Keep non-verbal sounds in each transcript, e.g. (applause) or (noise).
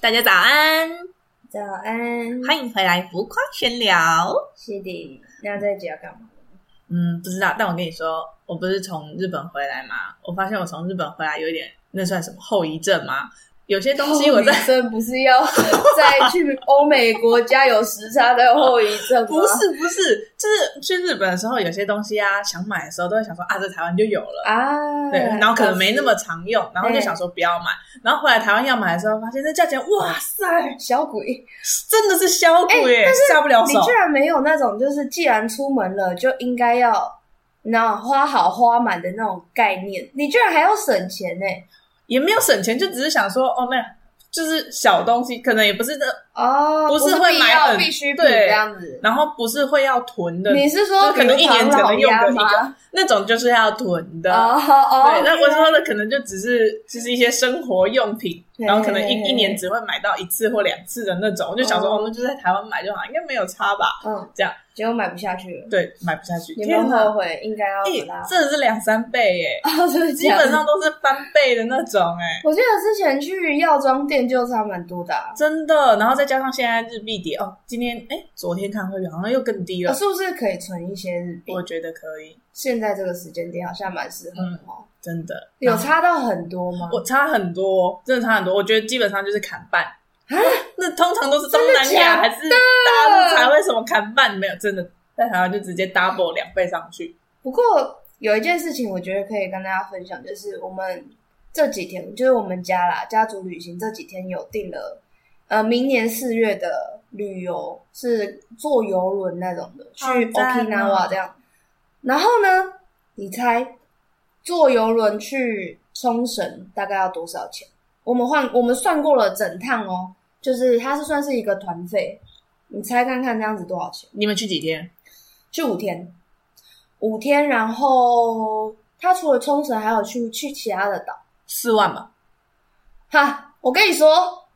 大家早安，早安，欢迎回来浮夸闲聊。是的，那这集要干嘛？嗯，不知道，但我跟你说，我不是从日本回来嘛，我发现我从日本回来有一点，那算什么后遗症吗？有些东西我在后遗症不是要再去欧美国家有时差的后遗症吗？不是不是，就是去日本的时候，有些东西啊，想买的时候都会想说啊，在台湾就有了。啊，对，然后可能没那么常用，然后就想说不要买，然后回来台湾要买的时候，发现那价钱哇塞，哎小鬼，真的是销鬼耶，下不了哎你手居。然没有那种就是既然出门了就应该要。那花好花满的那种概念，你居然还要省钱呢、也没有省钱，就只是想说，哦，那就是小东西，可能也不是的，哦，不是是会必买要很必需品对这样子。然后不是会要囤的，你是就说可能比如一年唐可能老用鸭个一个吗那种就是要囤的。哦哦，对，那我说的可能就只是就是一些生活用品，嘿然后可能一嘿嘿一年只会买到一次或两次的那种，我就想说，哦我们就在台湾买就好，应该没有差吧？嗯，这样结果买不下去了，对，买不下去，有没有天后哪！悔？应该要哎拉。 (laughs) 真的是两三倍耶，啊，对，基本上都是翻倍的那种哎，我记得之前去药妆店就差蛮多的啊、真的。然后再加上现在日币跌哦，今天哎，昨天看汇率好像又更低呃了，是不是可以存一些日币我？觉得可以，现在这个时间点好像蛮适合的哦。真的有差到很多吗？我差很多，哦真的差很多。我觉得基本上就是砍半啊，那通常都是东南亚真的假的还是大陆才会什么砍半，没有真的在台湾就直接 double 两倍上去。不过有一件事情，我觉得可以跟大家分享，就是我们这几天，就是我们家啦，家族旅行这几天有订了，呃，明年四月的旅游是坐游轮那种的，去好赞哦 Okinawa 这样。然后呢，你猜坐游轮去冲绳大概要多少钱？我们换我们算过了整趟哦，就是它是算是一个团费，你猜看看这样子多少钱？你们去几天？去五天，五天，然后他除了冲绳，还有去去其他的岛。四万吧，哈，我跟你说，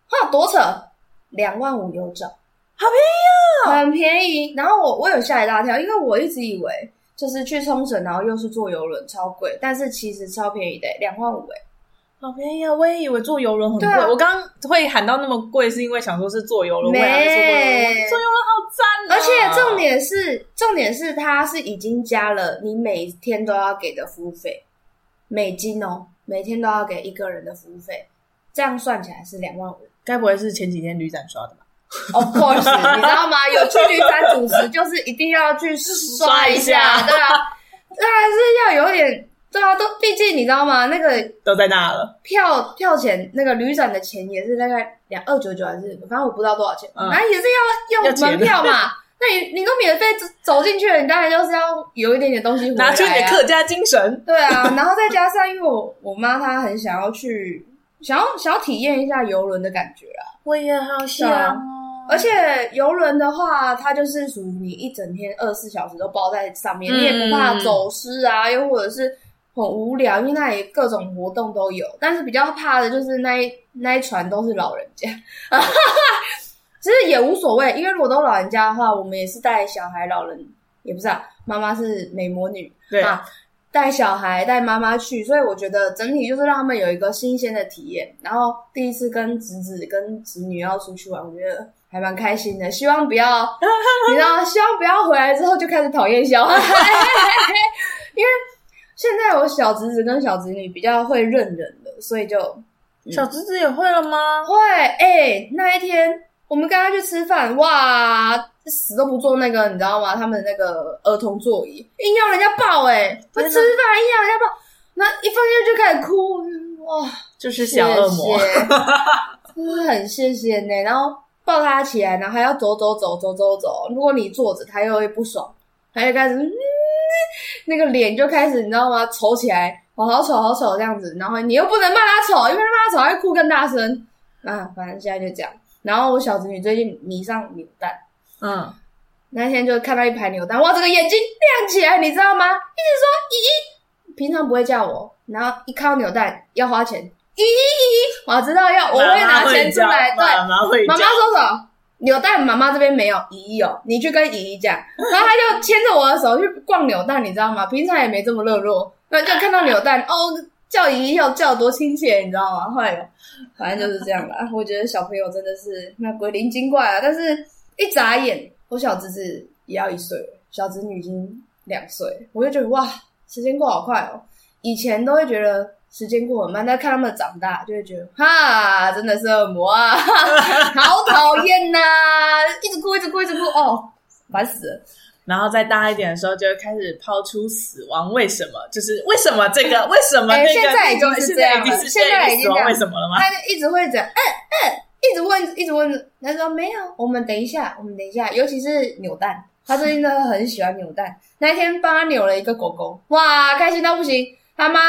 哈，多扯，两万五有找，好便宜哦，很便宜。然后我我有吓一大跳，因为我一直以为就是去冲绳，然后又是坐游轮，超贵，但是其实超便宜的，两万五哎。好便宜啊！我也以为坐游轮很贵，对啊我刚刚会喊到那么贵，是因为想说是坐游轮，我没也还没坐过游轮，坐游轮好赞、啊！而且重点是，重点是它是已经加了你每天都要给的服务费，美金哦，每天都要给一个人的服务费，这样算起来是两万五。该不会是前几天旅展刷的吧？ Of course，你 (laughs) 知道吗？有去旅展主持，就是一定要去刷刷一一下，下对啊，当然是要有点，对啊，都毕竟你知道吗？那个都在那了，票票钱，那个旅展的钱也是大概两二九九还是，反正我不知道多少钱，嗯反正也是要要要钱门票嘛。那你你都免费走走进去了，你当然就是要有一点点东西回来、啊，拿出你的客家精神。对啊，然后再加上，因为我我妈她很想要去，想要想要体验一下游轮的感觉啊。我也好想哦哦而且游轮的话，它就是属于你一整天二十四小时都包在上面，嗯你也不怕走失啊，又或者是很无聊，因为那里各种活动都有。但是比较怕的就是那一那一船都是老人家， (laughs) 其实也无所谓，因为如果都老人家的话，我们也是带小孩、老人，也不是啊，妈妈是美魔女，对，啊，带小孩带妈妈去，所以我觉得整体就是让他们有一个新鲜的体验。然后第一次跟侄子跟侄女要出去玩，我觉得还蛮开心的。希望不要，你知道，希望不要回来之后就开始讨厌小孩， (laughs) 因为现在我小侄子跟小侄女比较会认人了，所以就小侄子也会了吗？会哎、那一天。我们跟他去吃饭，哇，死都不坐那个，你知道吗？他们那个儿童座椅，硬要人家抱、哎，不吃天哪饭硬要人家抱，那一放下去就开始哭，哇，就是小恶魔。谢谢， (laughs) 真的很谢谢呢、然后抱他起来，然后还要走走走走走走，如果你坐着，他又会不爽，他就开始、嗯、那个脸就开始，你知道吗？丑起来，我、好丑好丑这样子，然后你又不能骂他丑，因为骂他丑他会哭更大声啊，反正现在就这样。然后我小侄女最近迷上扭蛋。嗯，那天就看到一排扭蛋，哇，整个眼睛亮起来，你知道吗？一直说姨姨，平常不会叫我，然后一看到扭蛋要花钱，姨姨姨姨，我知道要我会拿钱出来，对，妈妈会教妈妈说什么？扭蛋妈妈这边没有，姨姨哦，你去跟姨姨讲。然后他就牵着我的手去逛扭蛋，你知道吗？平常也没这么热络，那就看到扭蛋哦，叫姨要叫多亲切，你知道吗？后来有反正就是这样啦。我觉得小朋友真的是那鬼灵精怪啊，但是一眨眼，我小侄子也要一岁了，小侄女已经两岁了，我就觉得哇，时间过好快哦。以前都会觉得时间过很慢，但看他们长大，就会觉得哈，真的是恶魔啊，好讨厌呐、一直哭，一直哭，一直哭，哦，烦死了。然后再大一点的时候，就会开始抛出死亡为什么，就是为什么这个，为什么那哎个，现在已经是现这在已样了经是现在已经死亡这样为什么了吗？他就一直会讲，嗯嗯，一直问，一直问。他说没有，我们等一下，我们等一下。尤其是扭蛋，他最近真的很喜欢扭蛋。那一天帮他扭了一个狗狗，哇，开心到不行。他妈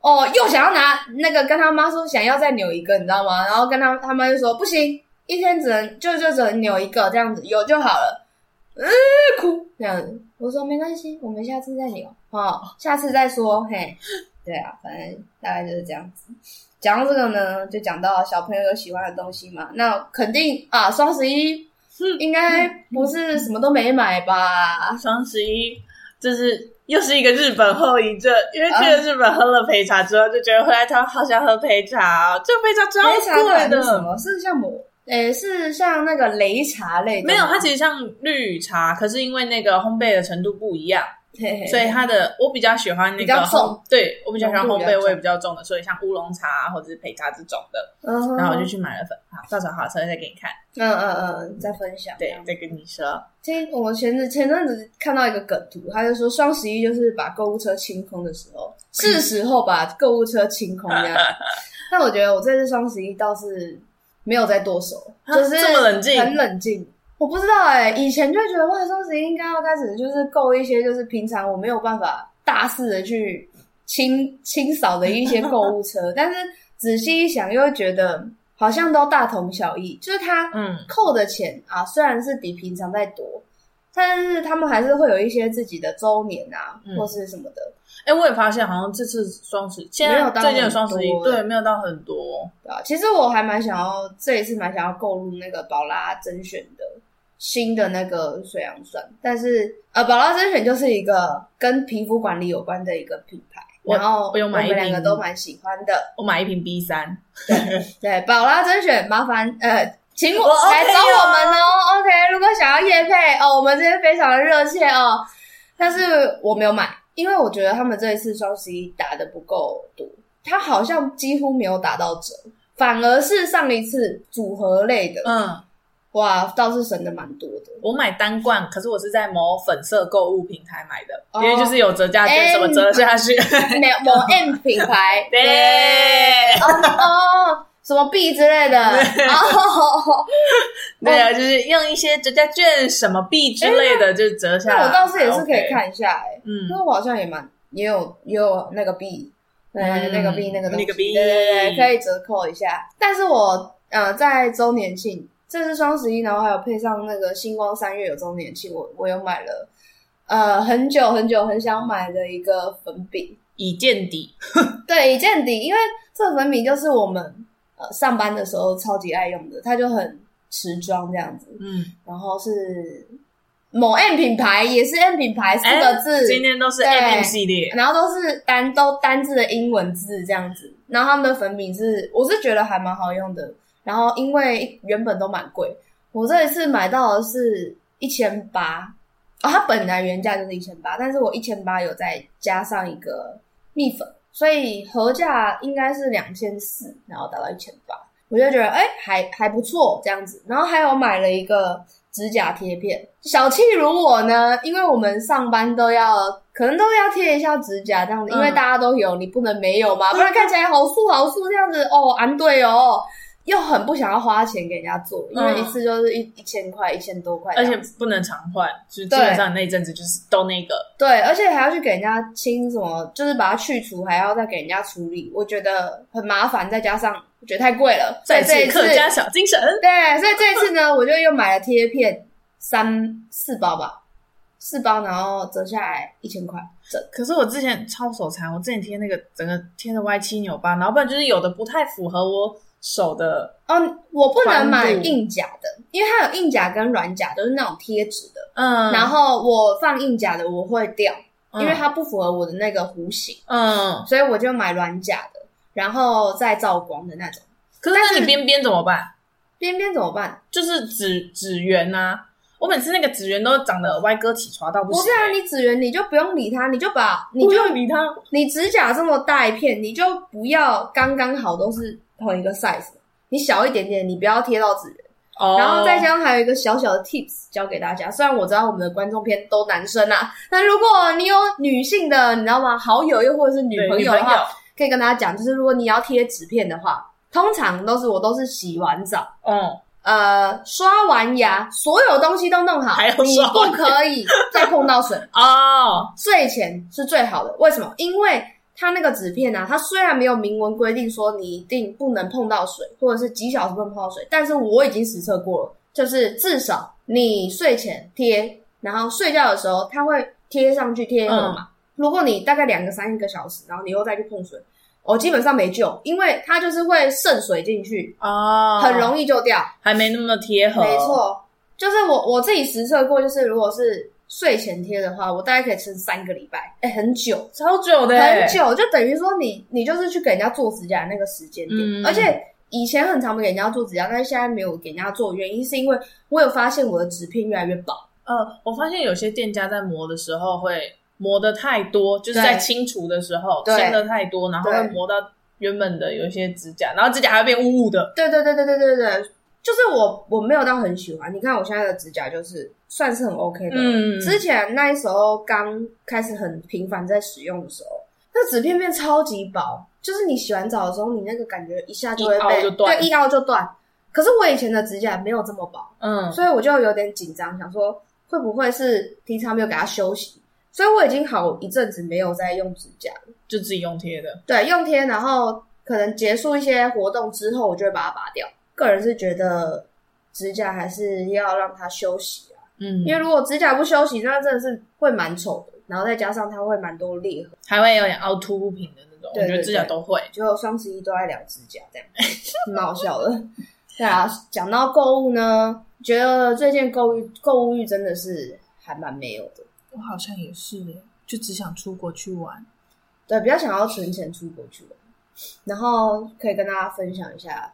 哦，又想要拿那个，跟他妈说想要再扭一个，你知道吗？然后跟他他妈就说不行，一天只能就就只能扭一个这样子，有就好了。嗯，哭这样子。我说没关系，我们下次再扭哦，下次再说。嘿，对啊，反正大概就是这样子。讲到这个呢，就讲到小朋友有喜欢的东西嘛，那肯定啊，双十一嗯应该不是什么都没买吧？双十一就是又是一个日本后遗症，因为去嗯了日本喝了焙茶之后，就觉得回来台湾好想喝焙茶、哦，这焙茶超擂茶贵款是什的。么？是像某诶，是像那个擂茶类的没吗？有，它其实像绿茶，可是因为那个烘焙的程度不一样，嘿嘿所以它的我比较喜欢那比个较重烘，对我比较喜欢浓度烘比较焙重味比较重的，所以像乌龙茶啊或者是焙茶这种的，嗯哼然后我就去买了粉，好，到时候好车再给你看，嗯嗯嗯，再分享。对，再跟你说，听我前阵前阵子看到一个梗图，他就说双十一就是把购物车清空的时候，嗯是时候把购物车清空 (laughs) 这样。但我觉得我这次双十一倒是没有再剁手，啊就是这么冷静很冷静。我不知道哎、以前就觉得哇，双十一应该要开始就是购一些就是平常我没有办法大肆的去清 (laughs) 清扫的一些购物车，但是仔细一想又会觉得好像都大同小异，就是它嗯，扣的钱啊，虽然是比平常再多，但是他们还是会有一些自己的周年啊，嗯或是什么的，哎，我也发现好像这次双十，现没有在到最近的双十一很，多欸对，没有到很多，对啊，其实我还蛮想要这一次蛮想要购入那个宝拉甄选的新的那个水杨酸，但是呃，宝拉甄选就是一个跟皮肤管理有关的一个品牌，我然后我有买们一两个瓶都蛮喜欢的。我买一瓶 B 三，对，宝拉甄选，麻烦呃，请我我 OK 来找我们哦。OK，如果想要夜配哦，我们这边非常的热切哦，但是我没有买，因为我觉得他们这一次双十一打的不够多，他好像几乎没有打到折，反而是上一次组合类的，嗯。哇，倒是省的蛮多的。我买单罐，可是我是在某粉色购物平台买的，哦因为就是有折价券，哎什么折下去。那某 M 品牌， (laughs) 对，哦 (laughs) 哦，什么 B 之 (laughs) 类的，哦，对啊，就是用一些折价券、什么币之类的，就折下来。哎那我倒是也是可以啊 OK，看一下、哎。因嗯，为我好像也蛮也有也有那个币，对，嗯那个币那个东西，那个币对对对，可以折扣一下。但是我呃在周年庆，这是双十一，然后还有配上那个星光三月有周年庆，我我有买了。呃，很久很久很想买的一个粉饼，以见底。对，一见底，因为这个粉饼就是我们呃上班的时候超级爱用的，它就很时装这样子，嗯，然后是某 M 品牌，也是 M 品牌四个字，哎今天都是对嗯 MM 系列，然后都是单都单字的英文字这样子，然后他们的粉饼是我是觉得还蛮好用的，然后因为原本都蛮贵，我这一次买到的是一千八，哦，它本来原价就是一千八，但是我一千八有再加上一个蜜粉，所以合价应该是两千四，然后达到一千八，我就觉得哎、还还不错这样子，然后还有买了一个指甲贴片。小气如我呢，因为我们上班都要可能都要贴一下指甲这样子，因为嗯啊大家都有，你不能没有嘛，不然看起来好素好素这样子哦，安对哦。又很不想要花钱给人家做，因为一次就是一、一千块、一千多块这嗯而样子，且不能常换，就是基对本上那一阵子就是都那个。对，而且还要去给人家清什么，就是把它去除，还要再给人家处理，我觉得很麻烦，再加上我觉得太贵了，再所以这一次次客家小精神，对，所以这一次呢，我就又买了贴片三四包吧，四包，然后折下来一千块，整可是我之前超手残，我之前贴那个整个贴的歪七扭八，然后不然就是有的不太符合我手的，哦，我不能买宽度硬夹的，因为它有硬夹跟软夹，都是那种贴纸的，嗯，然后我放硬夹的我会掉，嗯因为它不符合我的那个弧形，嗯，所以我就买软甲的，然后再照光的那种。可是但那是你边边怎么办？边边怎么办？就是指指缘呐。我每次那个指缘都长得歪哥起床到不不行、是啊，你指缘你就不用理它，你就把你不就用理他。你指甲这么大一片，你就不要刚刚好都是同一个 size，你小一点点，你不要贴到指缘。哦然后再加上还有一个小小的 tips 教给大家，虽然我知道我们的观众片都男生啊，但如果你有女性的，你知道吗？好友又或者是女对朋女友朋的话，友，可以跟大家讲，就是如果你要贴纸片的话，通常都是我都是洗完澡，嗯，呃，刷完牙，所有东西都弄好，还要你刷不完可以再碰到水，哦，睡前是最好的。为什么？因为它那个纸片啊，它虽然没有明文规定说你一定不能碰到水，或者是几小时不能碰到水，但是我已经实测过了，就是至少你睡前贴，然后睡觉的时候它会贴上去贴合嘛。如果你大概两个三个小时，然后你又再去碰水，我、基本上没救，因为它就是会渗水进去，哦，很容易就掉。还没那么贴合，没，错，就是我我自己实测过，就是如果是睡前贴的话，我大概可以撑三个礼拜，哎、很久超久的，欸很，久，就等于说你你就是去给人家做指甲的那个时间点，嗯而且。以前很常给人家做指甲，但是现在没有给人家做，原因是因为我有发现我的纸片越来越薄。呃，我发现有些店家在磨的时候会磨的太多，就是对在清除的时候对清的太多，然后会对磨到原本的有一些指甲，然后指甲还会变雾雾的，对对对对对对对，就是我我没有到很喜欢。你看我现在的指甲就是算是很 OK 的，嗯之前那时候刚开始很频繁在使用的时候，那纸片片超级薄，就是你洗完澡的时候，你那个感觉一下就会一凹被就断对，一凹就断。可是我以前的指甲没有这么薄，嗯，所以我就有点紧张，想说会不会是平常没有给它休息，所以我已经好一阵子没有在用指甲了。就自己用贴的，对，用贴，然后可能结束一些活动之后，我就会把它拔掉。个人是觉得指甲还是要让它休息啊嗯，因为如果指甲不休息，那真的是会蛮丑的，然后再加上它会蛮多裂痕。还会有点凹凸不平的那种，对我觉得对指甲对都会，就双十一都在聊指甲，这样 (laughs) 蛮好笑的。对啊，讲到购物呢，觉得最近购物购物欲真的是还蛮没有的。我好像也是耶，就只想出国去玩。对，比较想要存钱出国去玩，然后可以跟大家分享一下，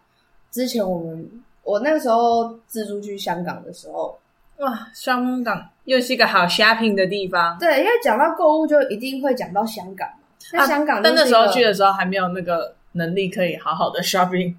之前我们我那个时候自助去香港的时候，哇，香港又是一个好 shopping 的地方。对，因为讲到购物就一定会讲到香港嘛。那啊香港、但那时候去的时候还没有那个能力可以好好的 shopping。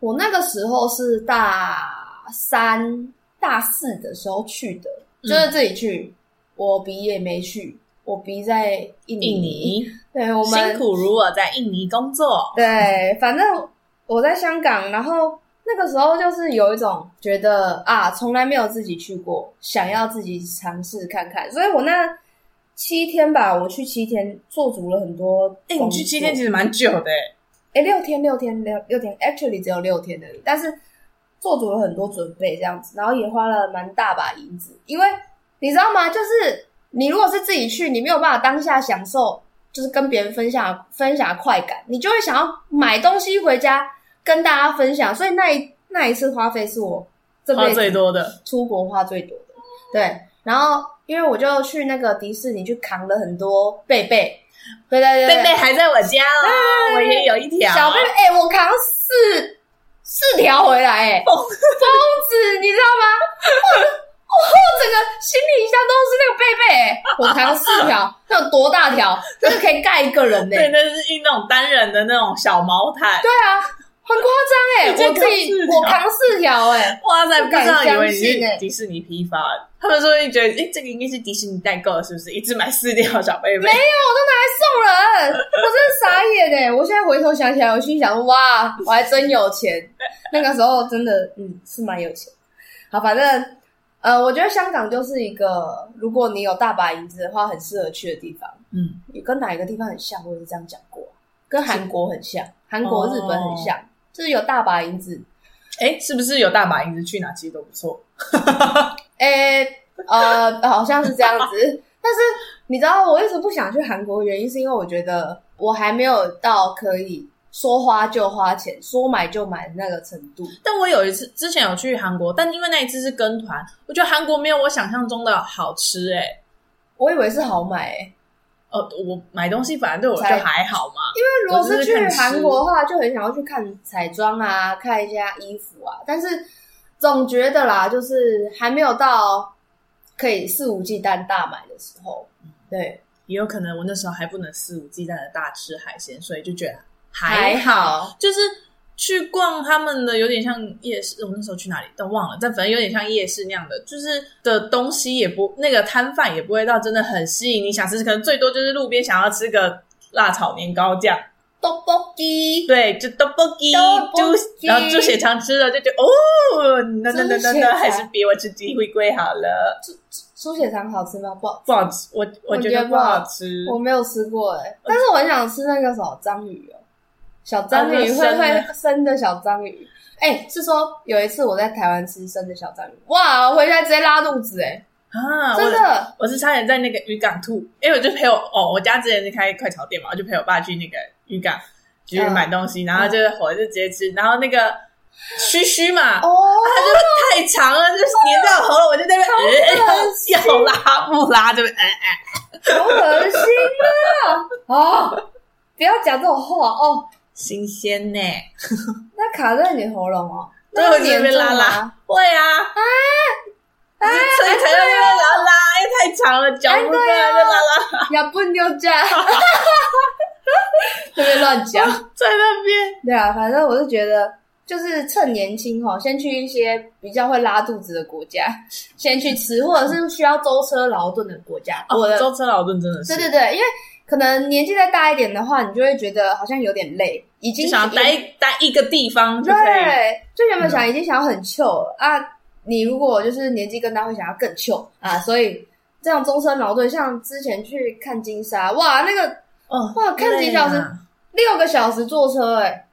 我那个时候是大三、大四的时候去的，嗯就是自己去。我鼻也没去，我鼻在印尼。印尼，对，我们辛苦如我在印尼工作，对，反正我在香港，然后那个时候就是有一种觉得啊，从来没有自己去过，想要自己尝试看看。所以我那七天吧，我去七天，做足了很多工哎、作。你去七天其实蛮久的、欸，哎，六天，六天，六六天，actually 只有六天而已，但是做足了很多准备这样子，然后也花了蛮大把银子，因为你知道吗？就是你如果是自己去，你没有办法当下享受，就是跟别人分享分享快感，你就会想要买东西回家跟大家分享，所以那一那一次花费是我这辈花子最多的。出国花最多的，对，然后因为我就去那个迪士尼去扛了很多贝贝，对对对对贝贝还在我家哦，我也有一条。小贝贝，哎、我扛四四条回 (laughs) 来、哎，疯疯子，你知道吗？我我整个行李箱都是那个贝贝、哎我扛四 (laughs) 条，那有多大条？那个可以盖一个人呢、对，那是印那种单人的那种小毛毯。对啊，很夸张哎！你竟我然自己扛四条我扛四条哎、哇塞，不知道不敢以为你相信欸是迪士尼批发的，他们说会觉得，哎、这个应该是迪士尼代购的，是不是？一次买四条小贝贝，送人，我真的傻眼哎！我现在回头想起来，我心想说哇，我还真有钱。那个时候真的，嗯，是蛮有钱。好，反正呃，我觉得香港就是一个，如果你有大把银子的话，很适合去的地方。嗯，也跟哪一个地方很像？我也是这样讲过，跟韩国很像，韩国、哦日本很像，就是有大把银子。哎，是不是有大马银子去哪其实都不错？诶、呃，好像是这样子。 (laughs) 但是你知道我为什么不想去韩国？原因是因为我觉得我还没有到可以说花就花钱、说买就买的那个程度。但我有一次之前有去韩国，但因为那一次是跟团，我觉得韩国没有我想象中的好吃、诶我以为是好买、欸，呃，我买东西本来对我就才还好嘛，那如果我就是是去看吃韩国的话，就很想要去看彩妆啊，看一下衣服啊，但是总觉得啦，就是还没有到可以肆无忌惮大买的时候。对，也有可能我那时候还不能肆无忌惮的大吃海鲜，所以就觉得还还好，就是去逛他们的有点像夜市，我那时候去哪里都忘了，但反正有点像夜市那样的，就是的东西也不那个摊贩也不会到真的很吸引你想吃，可能最多就是路边想要吃个辣炒年糕这样，豆包鸡，对，就 tteokbokki Tteokbokki 猪，然后猪血肠吃了就觉得哦，那那那那猪血那肠还是别我吃鸡会贵好了，猪血肠好吃吗？不好不好吃，我我我觉觉得得不好吃吃，，我没有吃过嗯哎、但是我很想吃那个什么章鱼哦、小章啊那鱼个会生的会生的小章鱼。哎、是说有一次我在台湾吃生的小章鱼，哇，我回来直接拉肚子哎、啊，真我的。我是差点在那个渔港吐，因为我就陪我哦，我家之前是开快炒店嘛，我就陪我爸去那个渔港去嗯买东西，然后就是火就直接吃，然后那个须须嘛、哦，太长了，就是粘在我喉咙，我就在那边、呃、 (laughs) 要拉不拉这边哎哎，好恶心啊！哦，不要讲这种话哦，新鲜呢、那卡在你喉咙哦，对那我会这边黏住拉吗拉，会啊啊，所以才要拉拉拉，因为太长了，嚼不断啊就拉拉哎哦要不丢 (laughs) 架， (laughs) 这边乱讲。在那边。对啊，反正我是觉得，就是趁年轻哈、先去一些比较会拉肚子的国 (laughs) 家，先去吃，或者是需要舟车劳顿的国家。我的哦，舟车劳顿真的是，对对对，因为可能年纪再大一点的话，你就会觉得好像有点累，已经就想要待待一个地方就可以对，就原本想已经想要很糗了啊，你如果就是年纪更大，会想要更糗啊，所以这样终身劳顿。像之前去看金沙，哇，那个哦，哇，看几小时，啊六个小时坐车、欸，哎，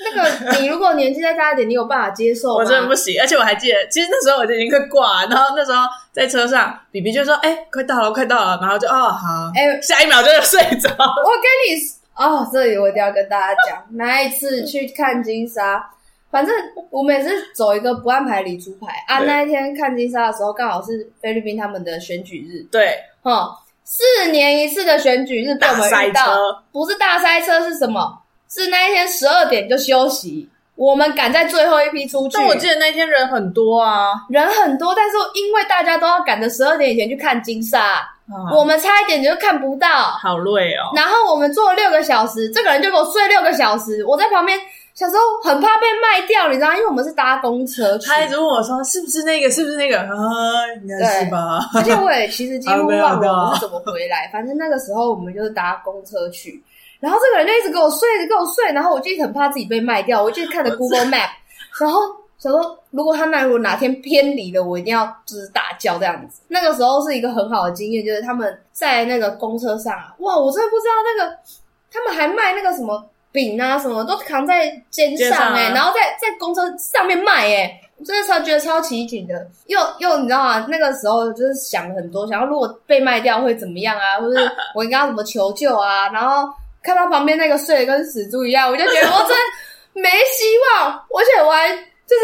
那个你如果年纪再大一点，你有办法接受吗？我真的不行。而且我还记得，其实那时候我就已经快挂了，然后那时候在车上，比比就说：“哎、快到了，快到了。”然后就哦好，哎、下一秒就睡着。我跟你哦，这里我一定要跟大家 (laughs) 讲，那一次去看金沙，反正我们也是走一个不按牌理出牌啊。对那一天看金沙的时候，刚好是菲律宾他们的选举日，对，哦，四年一次的选举日被我大们塞遇到，车，不是大塞车是什么？是那一天十二点就休息，我们赶在最后一批出去。但我记得那天人很多啊。人很多，但是因为大家都要赶着十二点以前去看金沙，啊我们差一点就看不到。 (laughs) 好累哦，然后我们坐了六个小时，这个人就给我睡六个小时，我在旁边小时候很怕被卖掉，你知道，因为我们是搭公车去，他一直问我说：“是不是那个？是不是那个？”啊，应该是 (laughs) 吧。而且我也其实几乎没有忘的了我是怎么回 (laughs) 来，反正那个时候我们就是搭公车去，然后这个人就一直给我睡，一直给我睡，然后我就一直很怕自己被卖掉，我就一直看着 Google Map，然后想说如果他那如果哪天偏离了，我一定要就是大叫这样子。那个时候是一个很好的经验，就是他们在那个公车上啊，哇，我真的不知道那个他们还卖那个什么。饼啊，什么都扛在肩肩上上啊哎、然后在在公车上面卖哎、我真的超觉得超奇景的，又又你知道啊吗？那个时候就是想了很多，想要如果被卖掉会怎么样啊，或者我应该要怎么求救啊？然后看到旁边那个睡得跟死猪一样，我就觉得我真的没希望，而且我还就是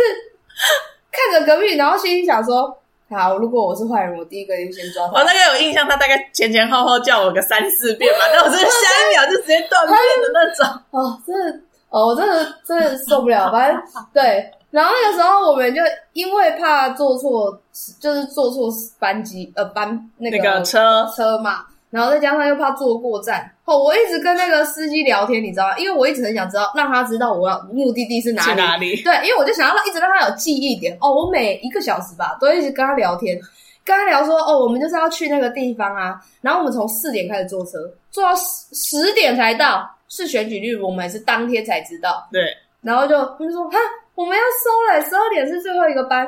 看着隔壁，然后心里想说：好，如果我是坏人，我第一个就先抓 (laughs) 我他。大概有印象，他大概前前后后叫我个三四遍 (laughs) 吧，但我真的下一秒就直接断片的那种。哦，真的，哦，我真的真的受不了，反正对。然后那个时候我们就因为怕坐错，就是坐错班机，呃，班 (laughs) 那那个车，车嘛，然后再加上又怕坐过站，哦，我一直跟那个司机聊天，你知道吗？因为我一直很想知道，让他知道我要目的地是哪去里。哪里？对，因为我就想要让一直让他有记忆点。哦，我每一个小时吧，都一直跟他聊天，跟他聊说，哦，我们就是要去那个地方啊。然后我们从四点开始坐车，坐到十十点才到。是选举日，我们也是当天才知道。对，然后就他们就说，哈，我们要收了，十二点是最后一个班，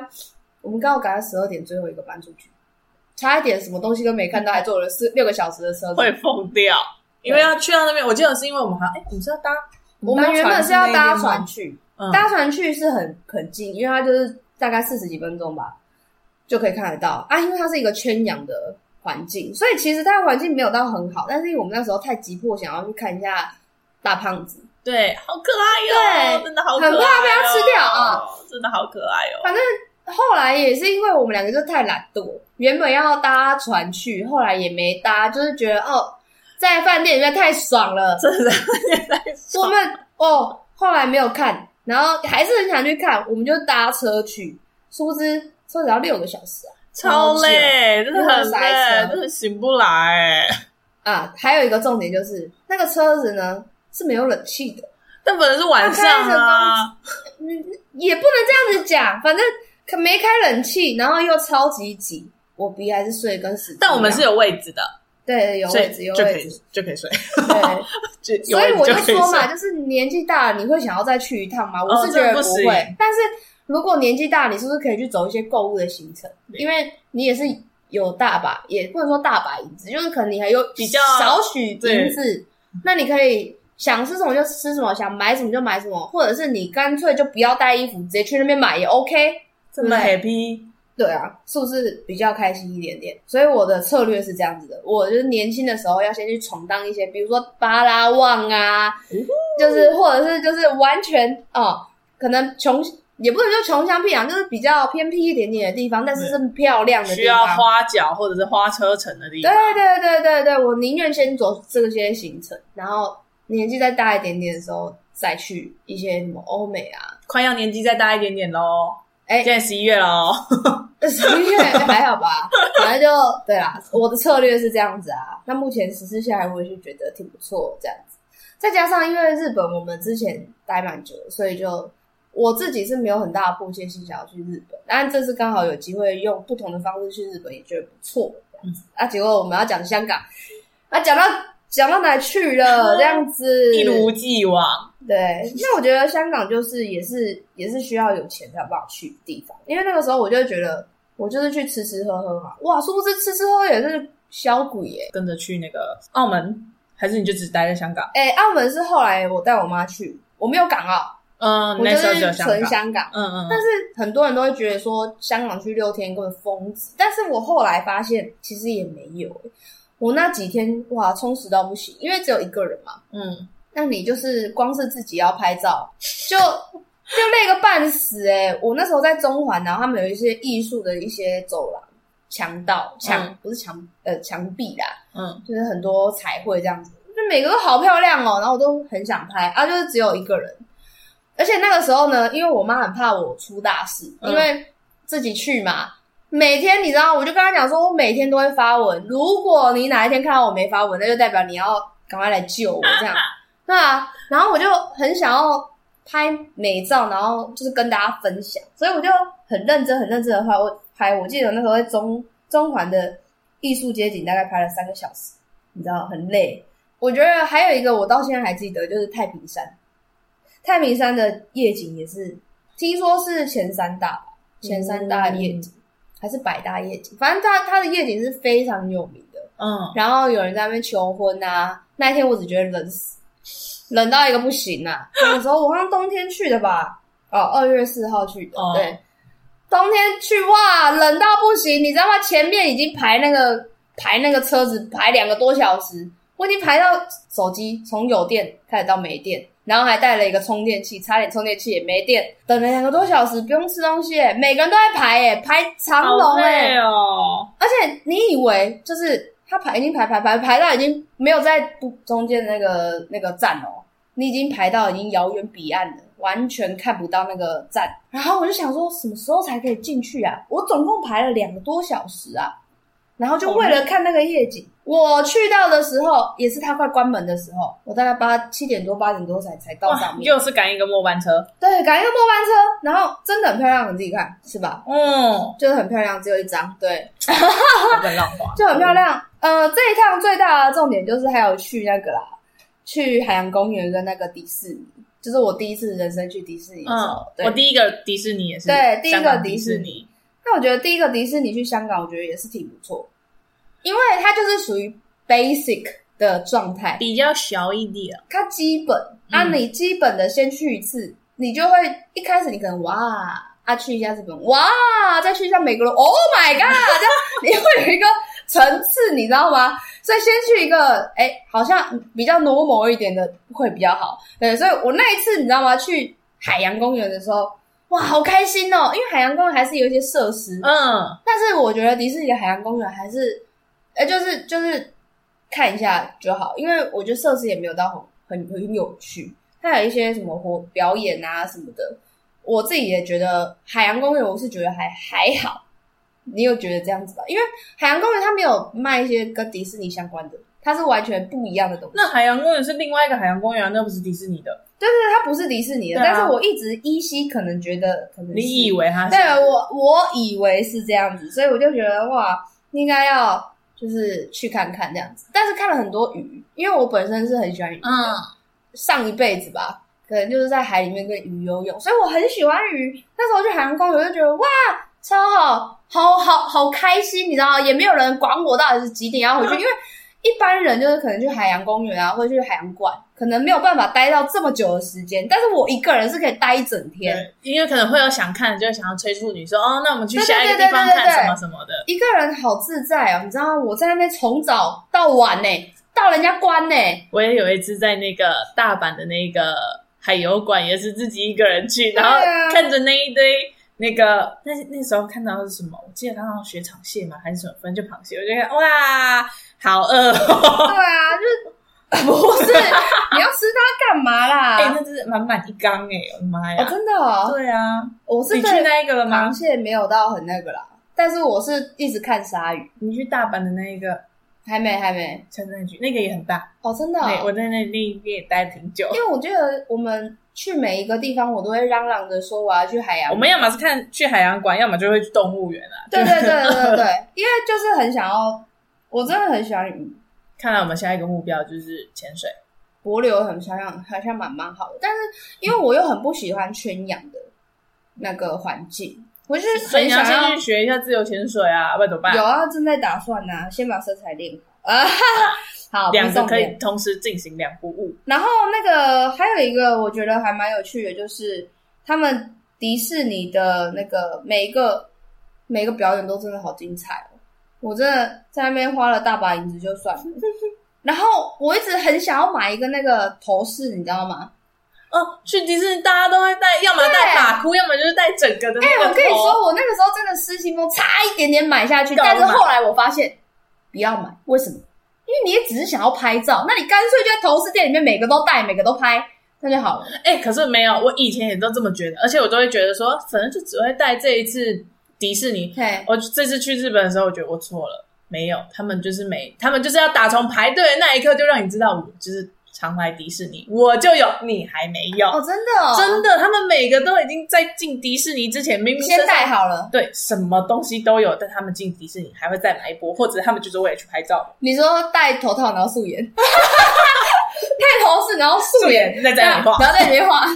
我们刚好赶在十二点最后一个班出去，差一点什么东西都没看到，还坐了四六个小时的车。会疯掉，因为要去到那边。我记得是因为我们好像，哎、我们是要搭，我们原本是要搭船去去，那一边吗，搭船去是很很近，因为它就是大概四十几分钟吧，就可以看得到啊。因为它是一个圈养的环境，所以其实它的环境没有到很好，但是因为我们那时候太急迫，想要去看一下大胖子。嗯，对，好可爱哟、对真的好可爱、很哦，怕被它吃掉啊，真的好可爱哦、后来也是因为我们两个就太懒惰，原本要搭船去，后来也没搭，就是觉得哦，在饭店里面太爽了。真的也在我们哦，后来没有看，然后还是很想去看，我们就搭车去，殊不知车只要六个小时啊。超累，真的很又塞累，车真的醒不来。啊，还有一个重点就是那个车子呢是没有冷气的，但本来是晚上啊，嗯，也不能这样子讲，反正可没开冷气，然后又超级挤，我鼻还是睡得跟死。但我们是有位置的，对有所位以置有就可位置，以就可以 (laughs) 睡。对。就有所位以置我就可以说嘛，睡就是年纪大了，你会想要再去一趟吗？我哦是觉得这不不行会。但是如果年纪大，你是不是可以去走一些购物的行程？因为你也是有大把，也不能说大把银子，就是可能你还有比较少许银子，那你可以想吃什么就吃什么，想买什么就买什么，或者是你干脆就不要带衣服，直接去那边买也 OK。这么对不对 happy，对啊，是不是比较开心一点点？所以我的策略是这样子的，我就是年轻的时候要先去闯荡一些，比如说巴拉望啊，就是或者是就是完全哦，可能穷也不能说穷乡僻壤，就是比较偏僻一点点的地方，但是是漂亮的需地要方。花脚或者是花车程的地对方。对对对对，我宁愿先走这些行程，然后年纪再大一点点的时候再去一些什么欧美啊，快要年纪再大一点点喽，哎现在十一月喽，十一月还好吧，反正就对啦。我的策略是这样子啊，那目前实施下来，我也是觉得挺不错这样子。再加上因为日本我们之前待蛮久的，所以就我自己是没有很大的迫切性想要去日本，但这次刚好有机会用不同的方式去日本，也觉得不错这样子。啊，结果我们要讲香港，啊，讲到讲到哪去了这样子，一如既往。对，那我觉得香港就是也是也是需要有钱才有办法去的地方，因为那个时候我就觉得我就是去吃吃喝喝嘛，哇，殊不知吃吃喝喝也是小鬼耶、跟着去那个澳门，还是你就只待在香港？哎、澳门是后来我带我妈去，我没有港澳，嗯，我那就时候是只有香港纯。香港。嗯嗯，但是很多人都会觉得说香港去六天根本疯子，但是我后来发现其实也没有、欸，我那几天哇充实到不行，因为只有一个人嘛，嗯，那你就是光是自己要拍照，就就累个半死哎、我那时候在中环，然后他们有一些艺术的一些走廊、强盗、墙、嗯不是墙呃墙壁啦，嗯，就是很多彩绘这样子，就每个都好漂亮哦，然后我都很想拍啊，就是只有一个人，而且那个时候呢，因为我妈很怕我出大事，嗯因为自己去嘛。每天你知道，我就跟她讲说，我每天都会发文。如果你哪一天看到我没发文，那就代表你要赶快来救我这样。 (laughs) 对啊，然后我就很想要拍美照，然后就是跟大家分享，所以我就很认真、很认真的拍。我拍，我记得那时候在中中环的艺术街景，大概拍了三个小时，你知道，很累。我觉得还有一个我到现在还记得，就是太平山，太平山的夜景也是，听说是前三大吧，前三大夜景、还是百大夜景，反正它它的夜景是非常有名的。嗯，然后有人在那边求婚啊。那一天我只觉得冷死，冷到一个不行啊！那个时候我好像冬天去的吧，哦，二月四号去的，哦对，冬天去哇，冷到不行，你知道吗？前面已经排那个排那个车子排两个多小时，我已经排到手机从有电开始到没电。然后还带了一个充电器，差点充电器也没电，等了两个多小时，不用吃东西耶，每个人都在排，哎，排长好龙，哎，累哦。而且你以为就是他排已经排排排排到已经没有在不中间的那个那个站哦，你已经排到已经遥远彼岸了，完全看不到那个站。然后我就想说，什么时候才可以进去啊？我总共排了两个多小时啊，然后就为了看哦那个夜景。我去到的时候也是他快关门的时候，我大概八七点多八点多才才到上哇，面。又是赶一个末班车。对，赶一个末班车，然后真的很漂亮，你自己看是吧？嗯，就是很漂亮，只有一张。对，日本浪花就很漂。亮。呃，这一趟最大的重点就是还有去那个啦，去海洋公园跟那个迪士尼，就是我第一次人生去迪士尼的时候。嗯，哦对我第一个迪士尼也是，对第一个香港迪迪士尼尼，那我觉得第一个迪士尼去香港，我觉得也是挺不错，因为它就是属于 basic 的状态，比较小一点。它基本啊，嗯你基本的先去一次，你就会一开始你可能哇啊去一下日本，哇再去一下美国，Oh my god，这 (laughs) 样你会有一个层次，你知道吗？所以先去一个哎、好像比较 normal 一点的会比较好。对，所以我那一次你知道吗？去海洋公园的时候，哇，好开心哦，因为海洋公园还是有一些设施，嗯，但是我觉得迪士尼的海洋公园还是，呃，就是就是看一下就好，因为我觉得设施也没有到很很很有趣，它有一些什么活表演啊什么的，我自己也觉得海洋公园我是觉得还还好，你有觉得这样子吧？因为海洋公园它没有卖一些跟迪士尼相关的，它是完全不一样的东西。那海洋公园是另外一个海洋公园啊，那不是迪士尼的。对对对，它不是迪士尼的，对啊但是我一直依稀可能觉得可能是你以为它是？对我我以为是这样子，所以我就觉得哇，应该要就是去看看这样子。但是看了很多鱼，因为我本身是很喜欢鱼的，嗯，上一辈子吧，可能就是在海里面跟鱼游泳，所以我很喜欢鱼。那时候去海洋公园就觉得哇，超好，好好好开心，你知道吗？也没有人管我到底是几点要回去，因为一般人就是可能去海洋公园啊，或者去海洋馆，可能没有办法待到这么久的时间。但是我一个人是可以待一整天，对，因为可能会有想看，就会想要催促你说，哦，那我们去对对下一个对地方对对看对什么什么的。一个人好自在哦，你知道我在那边从早到晚呢、到人家关呢、我也有一次在那个大阪的那个海游馆，也是自己一个人去，然后对啊看着那一堆那个那那时候看到的是什么？我记得看到雪场蟹嘛，还是什么，反正就螃蟹，我就看哇，好饿、 (laughs) 哦！对啊，就 (laughs) 是不是你要吃它干嘛啦？哎、那真是满满一缸哎、我的妈哦，呀！真的、哦，对啊，我是你去对那一个了吗螃？蟹没有到很那个啦，但是我是一直看鲨鱼，你去大阪的那一个还没还没城那局，那个也很大。哦，真的、对，哦，我在那那边也待挺久因。为我觉得我们去每一个地方，我都会嚷嚷着说我要去海洋我，们要么是看去海洋馆，要么就会去动物园啊。对对对对对对，因为就是很想要，我真的很喜欢鱼，看来我们下一个目标就是潜水。柏流很漂亮，好像蛮蛮好的，但是因为我又很不喜欢圈养的那个环境，我就是所以很你要想先要去学一下自由潜水啊，不然怎么办有？啊，正在打算呐、先把身材练好啊， (laughs) 好，两不个重可点以同时进行两服务，然后那个还有一个我觉得还蛮有趣的，就是他们迪士尼的那个每一个每一个表演都真的好精彩哦，我真的在那边花了大把银子 (laughs) 就算了。然后我一直很想要买一个那个头饰，你知道吗？哦，去迪士尼大家都会戴，要么戴发箍，要么就是戴整个的那个头。我跟你说，我那个时候真的失心疯，差一点点买下去，干嘛但是后来我发现不要买，为什么？因为你也只是想要拍照，那你干脆就在头饰店里面每个都戴，每个都拍，那就好了。哎、可是没有，我以前也都这么觉得，而且我都会觉得说，反正就只会戴这一次迪士尼。对，我这次去日本的时候，我觉得我错了，没有，他们就是没，他们就是要打从排队的那一刻就让你知道，我就是常来迪士尼，我就有，你还没有，哦，真的、哦，真的，他们每个都已经在进迪士尼之前，明明身先上戴好了。对，什么东西都有，但他们进迪士尼还会再买一波，或者他们就是为了去拍照，你说戴头套，然后素颜， (laughs) 戴头饰，然后素颜，再再买一波。然后在里 (laughs) 面画，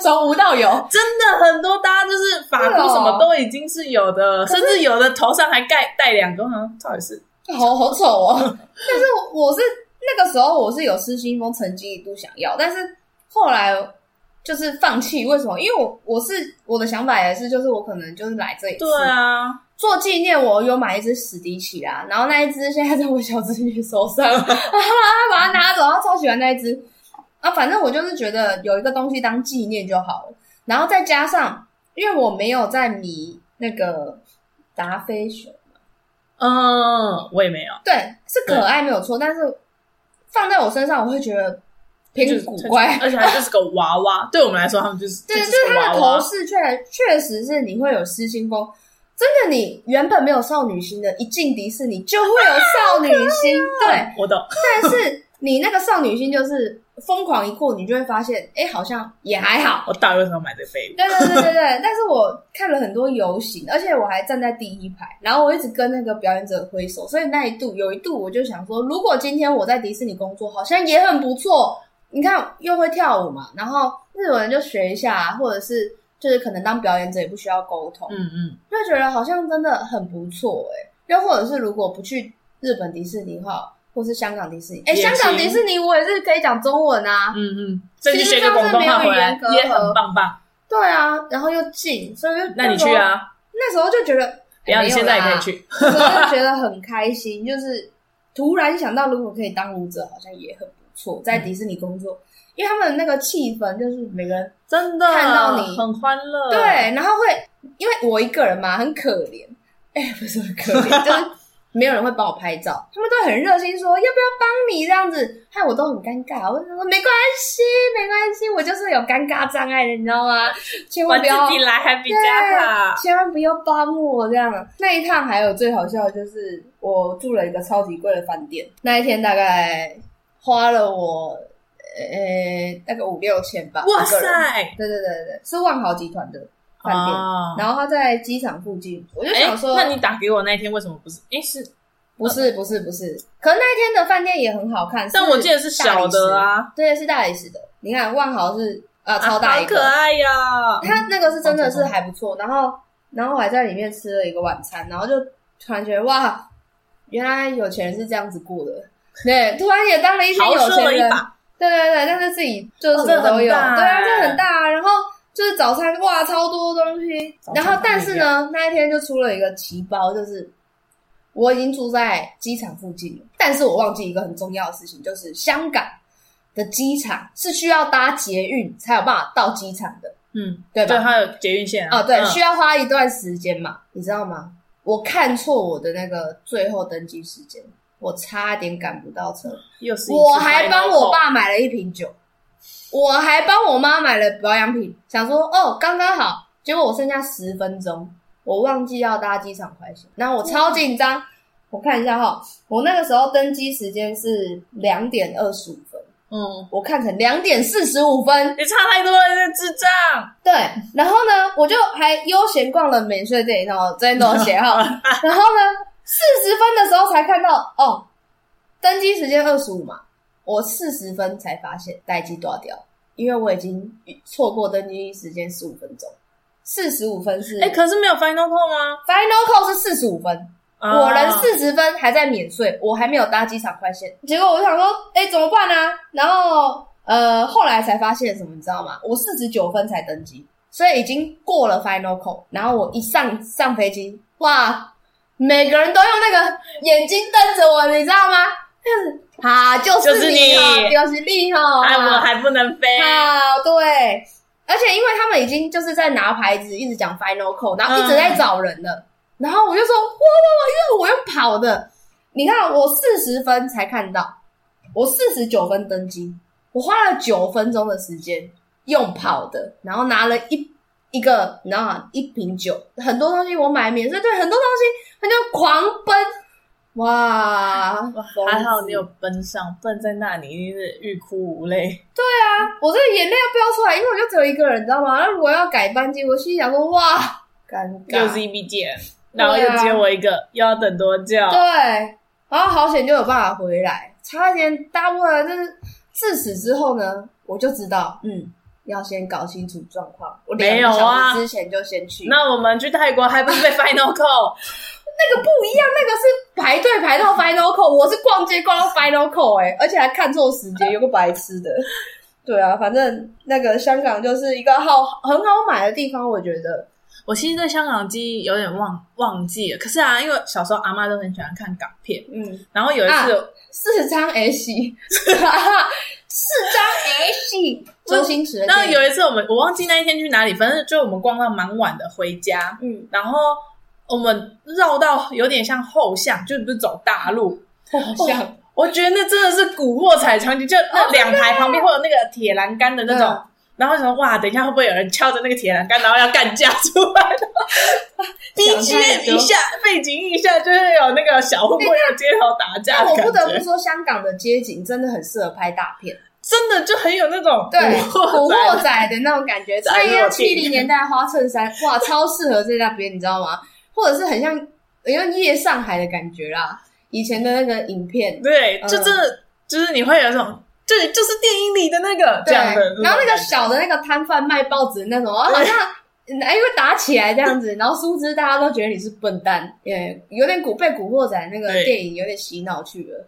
从无到有。真的很多，大家就是发箍什么都已经是有的，甚至有的头上还盖戴两个，嗯，到底是 (laughs) 好好丑哦！但是我是那个时候我是有失心疯，曾经一度想要，但是后来就是放弃。为什么？因为我我是我的想法也是，就是我可能就是来这一次对啊，做纪念，我有买一只史迪奇啦，然后那一只现在在我小侄女手上， (laughs) 然后她把它拿走，她超喜欢那一只。啊，反正我就是觉得有一个东西当纪念就好了，然后再加上，因为我没有在迷那个达菲熊。嗯，我也没有，对，是可爱没有错，但是放在我身上，我会觉得就偏是古怪。而且它就是个娃娃，对我们来说，他们就是 (laughs) 对，就就是是个它娃的头娃，饰确确实是你会有失心疯。真的，你原本没有少女心的，一进迪士尼就会有少女心。对，我懂，但是你那个少女心就是疯狂一过，你就会发现，哎，好像也还好。我到底为什么要买这个废物？对对对对对，但是我看了很多游行，而且我还站在第一排，然后我一直跟那个表演者挥手，所以那一度有一度我就想说，如果今天我在迪士尼工作，好像也很不错。你看，又会跳舞嘛，然后日文就学一下，啊或者是就是可能当表演者也不需要沟通，嗯嗯，就觉得好像真的很不错哎、又或者是如果不去日本迪士尼的话，或是香港迪士尼，哎、也香港迪行士尼我也是可以讲中文啊，嗯嗯，这就学个广东话回来也很棒棒。对啊，然后又近，所以就那你去啊，那时候就觉得，不要，哎你现在也可以，去。没有啦那时候就觉得很开心， (laughs) 就是突然想到，如果可以当舞者，好像也很不错，嗯在迪士尼工作，因为他们那个气氛就是每个人真的看到你很欢乐，(laughs) (laughs) 对，，然后会因为我一个人嘛，很可怜，哎、不是很可怜，就是没有人会帮我拍照，他们都很热心说要不要帮你这样子，害我都很尴尬。我就说没关系，没关系，我就是有尴尬障碍的，你知道吗？千我万不要自己来还比较好。千万不要帮我这样。那一趟还有最好笑的就是我住了一个超级贵的饭店，那一天大概花了我呃大概五六千吧。哇一个人！塞，对对对对，是万豪集团的饭店，哦然后它在机场附近。我就啊哎、想说，那你打给我那一天为什么不是？哎、是，不是不是不是，可是那一天的饭店也很好看，但我记得是小的大理啊，石，对，是大理石的。你看万豪是啊、呃啊超大一好个，可爱呀、啊他那个是真的是还不错，然后然后我还在里面吃了一个晚餐，然后就突然觉得哇，原来有钱人是这样子过的，对，突然也当了一豪群有奢了钱一人，把，对对对，但是自己就是哦什么都这很有，大对啊，欸这很大、啊，然后。就是早餐哇，超多东西早。餐然后，但不是一呢，那一天就出了一个奇包，就是我已经住在机场附近了，但是我忘记一个很重要的事情，就是香港的机场是需要搭捷运才有办法到机场的，嗯，对吧？对，它有捷运线啊，哦，对，嗯需要花一段时间嘛，你知道吗？我看错我的那个最后登记时间，我差点赶不到车。又是一次我还帮我 final 爸买了一瓶酒，我还帮我妈买了保养品，想说哦刚刚好。结果我剩下十分钟，我忘记要搭机场快线，然后我超紧张。我看一下哈，我那个时候登机时间是两点二十五分， call，嗯，我看成两点四十五分。你差太多了，你这智障，对，然后呢，我就还悠闲逛了免税店，然后这边都有 (laughs) 写好了。然后呢，四十分的时候才看到哦，登机时间二十五嘛，我四十分才发现待机断掉，因为我已经错过登机时间十五分钟，四十五分是、哎、可是没有 final call 吗？ final call 是四十五分，啊我人四十分还在免税，我还没有搭机场快线。结果我就想说，哎、怎么办呢、啊？然后呃，后来才发现什么，你知道吗？我四十九分才登机，所以已经过了 final call。然后我一上上飞机，哇，每个人都用那个眼睛瞪着我，你知道吗？啊，就就是是你哦，就是你哦，哎，我还不能飞，好，对，而且因为他们已经就是在拿牌子，一直讲 final call，然后一直在找人嗯了。然后我就说哇哇哇，因为我又跑的，你看我四十分才看到，我四十九分登机，我花了九分钟的时间用跑的，然后拿了一。一个，你知道吗？一瓶酒，很多东西我买免税对，很多东西他就狂奔，哇！还好疯子你有奔上，不然在那里一定是欲哭无泪。我这眼泪要飙出来，因为我就只有一个人，你知道吗？那如果要改班机，我心里想说，哇，尴尬，又是一笔钱，然后又只有我一个，又要等多久？对，然后好险就有办法回来，差一点大不了就是自此之后呢，我就知道，嗯，要先搞清楚状况。我两没有个小啊时之前就先去，那我们去泰国还不是被 final call？那个不一样，那个是排队排到 final call，我是逛街逛到 final call，哎、而且还看错时间，有个白痴的。对啊，反正那个香港就是一个好很好买的地方，我觉得。我其实对香港记忆有点忘忘记了，可是啊，因为小时候阿妈都很喜欢看港片，嗯，然后有一次、四张 (laughs) S，四张 S，周星驰的然后电影。有一次我们我忘记那一天去哪里，反正就我们逛到蛮晚的回家，嗯，然后我们绕到有点像后巷，就不是走大路。嗯哦好像、我觉得那真的是古惑仔场景，就哦那两排旁边会有那个铁栏杆的那种。嗯然后想说哇，等一下会不会有人敲着那个铁栏杆，然后要干架出来 (laughs) 的？BGM 一下，背景一下，就是有那个小混混要街头打架但的哎我不感得不觉，说，香港的街景真的很适合拍大片，真的就很有那种对，古古惑仔的那种感觉。哦宅所落以地要七零年代花衬衫，哇，超适合在那边，你知道吗？或者是很像，很像夜上海的感觉啦。以前的那个影片，对，嗯就真的就是你会有一种，对，就是电影里的那个 (laughs) 这对，样的种感觉。然后那个小的那个摊贩卖报纸 (laughs) 那种，然后好像。嗯哎，因为打起来这样子，然后殊不知大家都觉得你是笨蛋，也有点古被《古惑仔》那个对电影有点洗脑去了。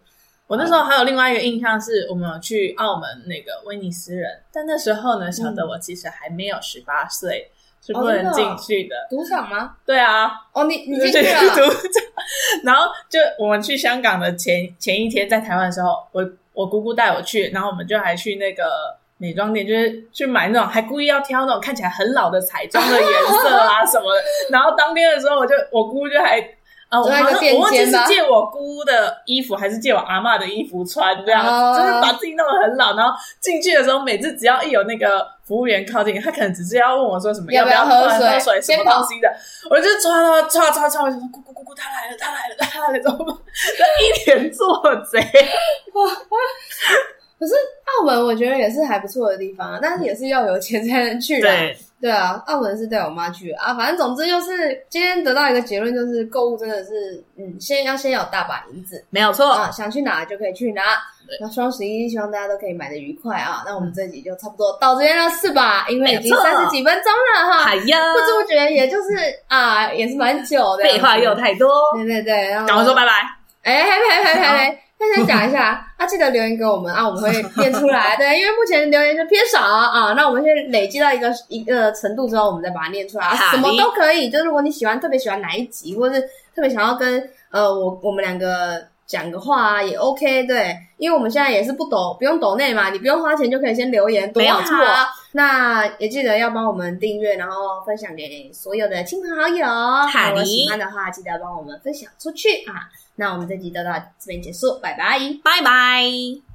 我那时候还有另外一个印象是，我们有去澳门那个威尼斯人，但那时候呢，小的我其实还没有十八岁，是不能进去的。赌场吗？对啊，哦，你你进就去是了？赌场。然后就我们去香港的前前一天，在台湾的时候，我我姑姑带我去，然后我们就还去那个。美妆店就是去买那种，还故意要挑那种看起来很老的彩妆的颜色啊什么的。然后当天的时候，我就我姑姑就还啊，我就那好个像垫我忘记肩是吧借我姑的衣服还是借我阿嬷的衣服穿，这样、哦就是把自己弄得很老。然后进去的时候，每次只要一有那个服务员靠近，他可能只是要问我说什么要不不要要喝水、喝水什么先跑东西的，我就抓到抓抓抓，我就说姑姑姑姑，他来了，他来了，他来了，怎么办？一脸做贼，澳门我觉得也是还不错的地方啊，但是也是要有钱才能去啦。对，对啊，澳门是带我妈去的啊，反正总之就是今天得到一个结论，就是购物真的是，嗯，先要先有大把银子没有错。啊，想去哪就可以去哪。那双十一希望大家都可以买的愉快啊。那我们这集就差不多到这边了，是吧？因为已经嗯没错三十几分钟了哈，哎呀，不知不觉也就是啊，也是蛮久的。废话又太多，对对对，然后赶快说拜拜。哎，还没还没还没还没，那先讲一下啊，记得留言给我们啊，我们会念出 (laughs) 来。对，因为目前留言就偏少啊，那我们先累积到一个一个程度之后，我们再把它念出来，啊好什么都可以。就如果你喜欢特别喜欢哪一集，或是特别想要跟呃我我们两个讲个话啊，也 OK。对，因为我们现在也是不抖，不用抖内嘛，你不用花钱就可以先留言，多没有好错啊。那也记得要帮我们订阅，然后分享给所有的亲朋好友。好如果的喜欢的话，记得帮我们分享出去啊。那我们这集就到这边结束，拜拜。拜拜。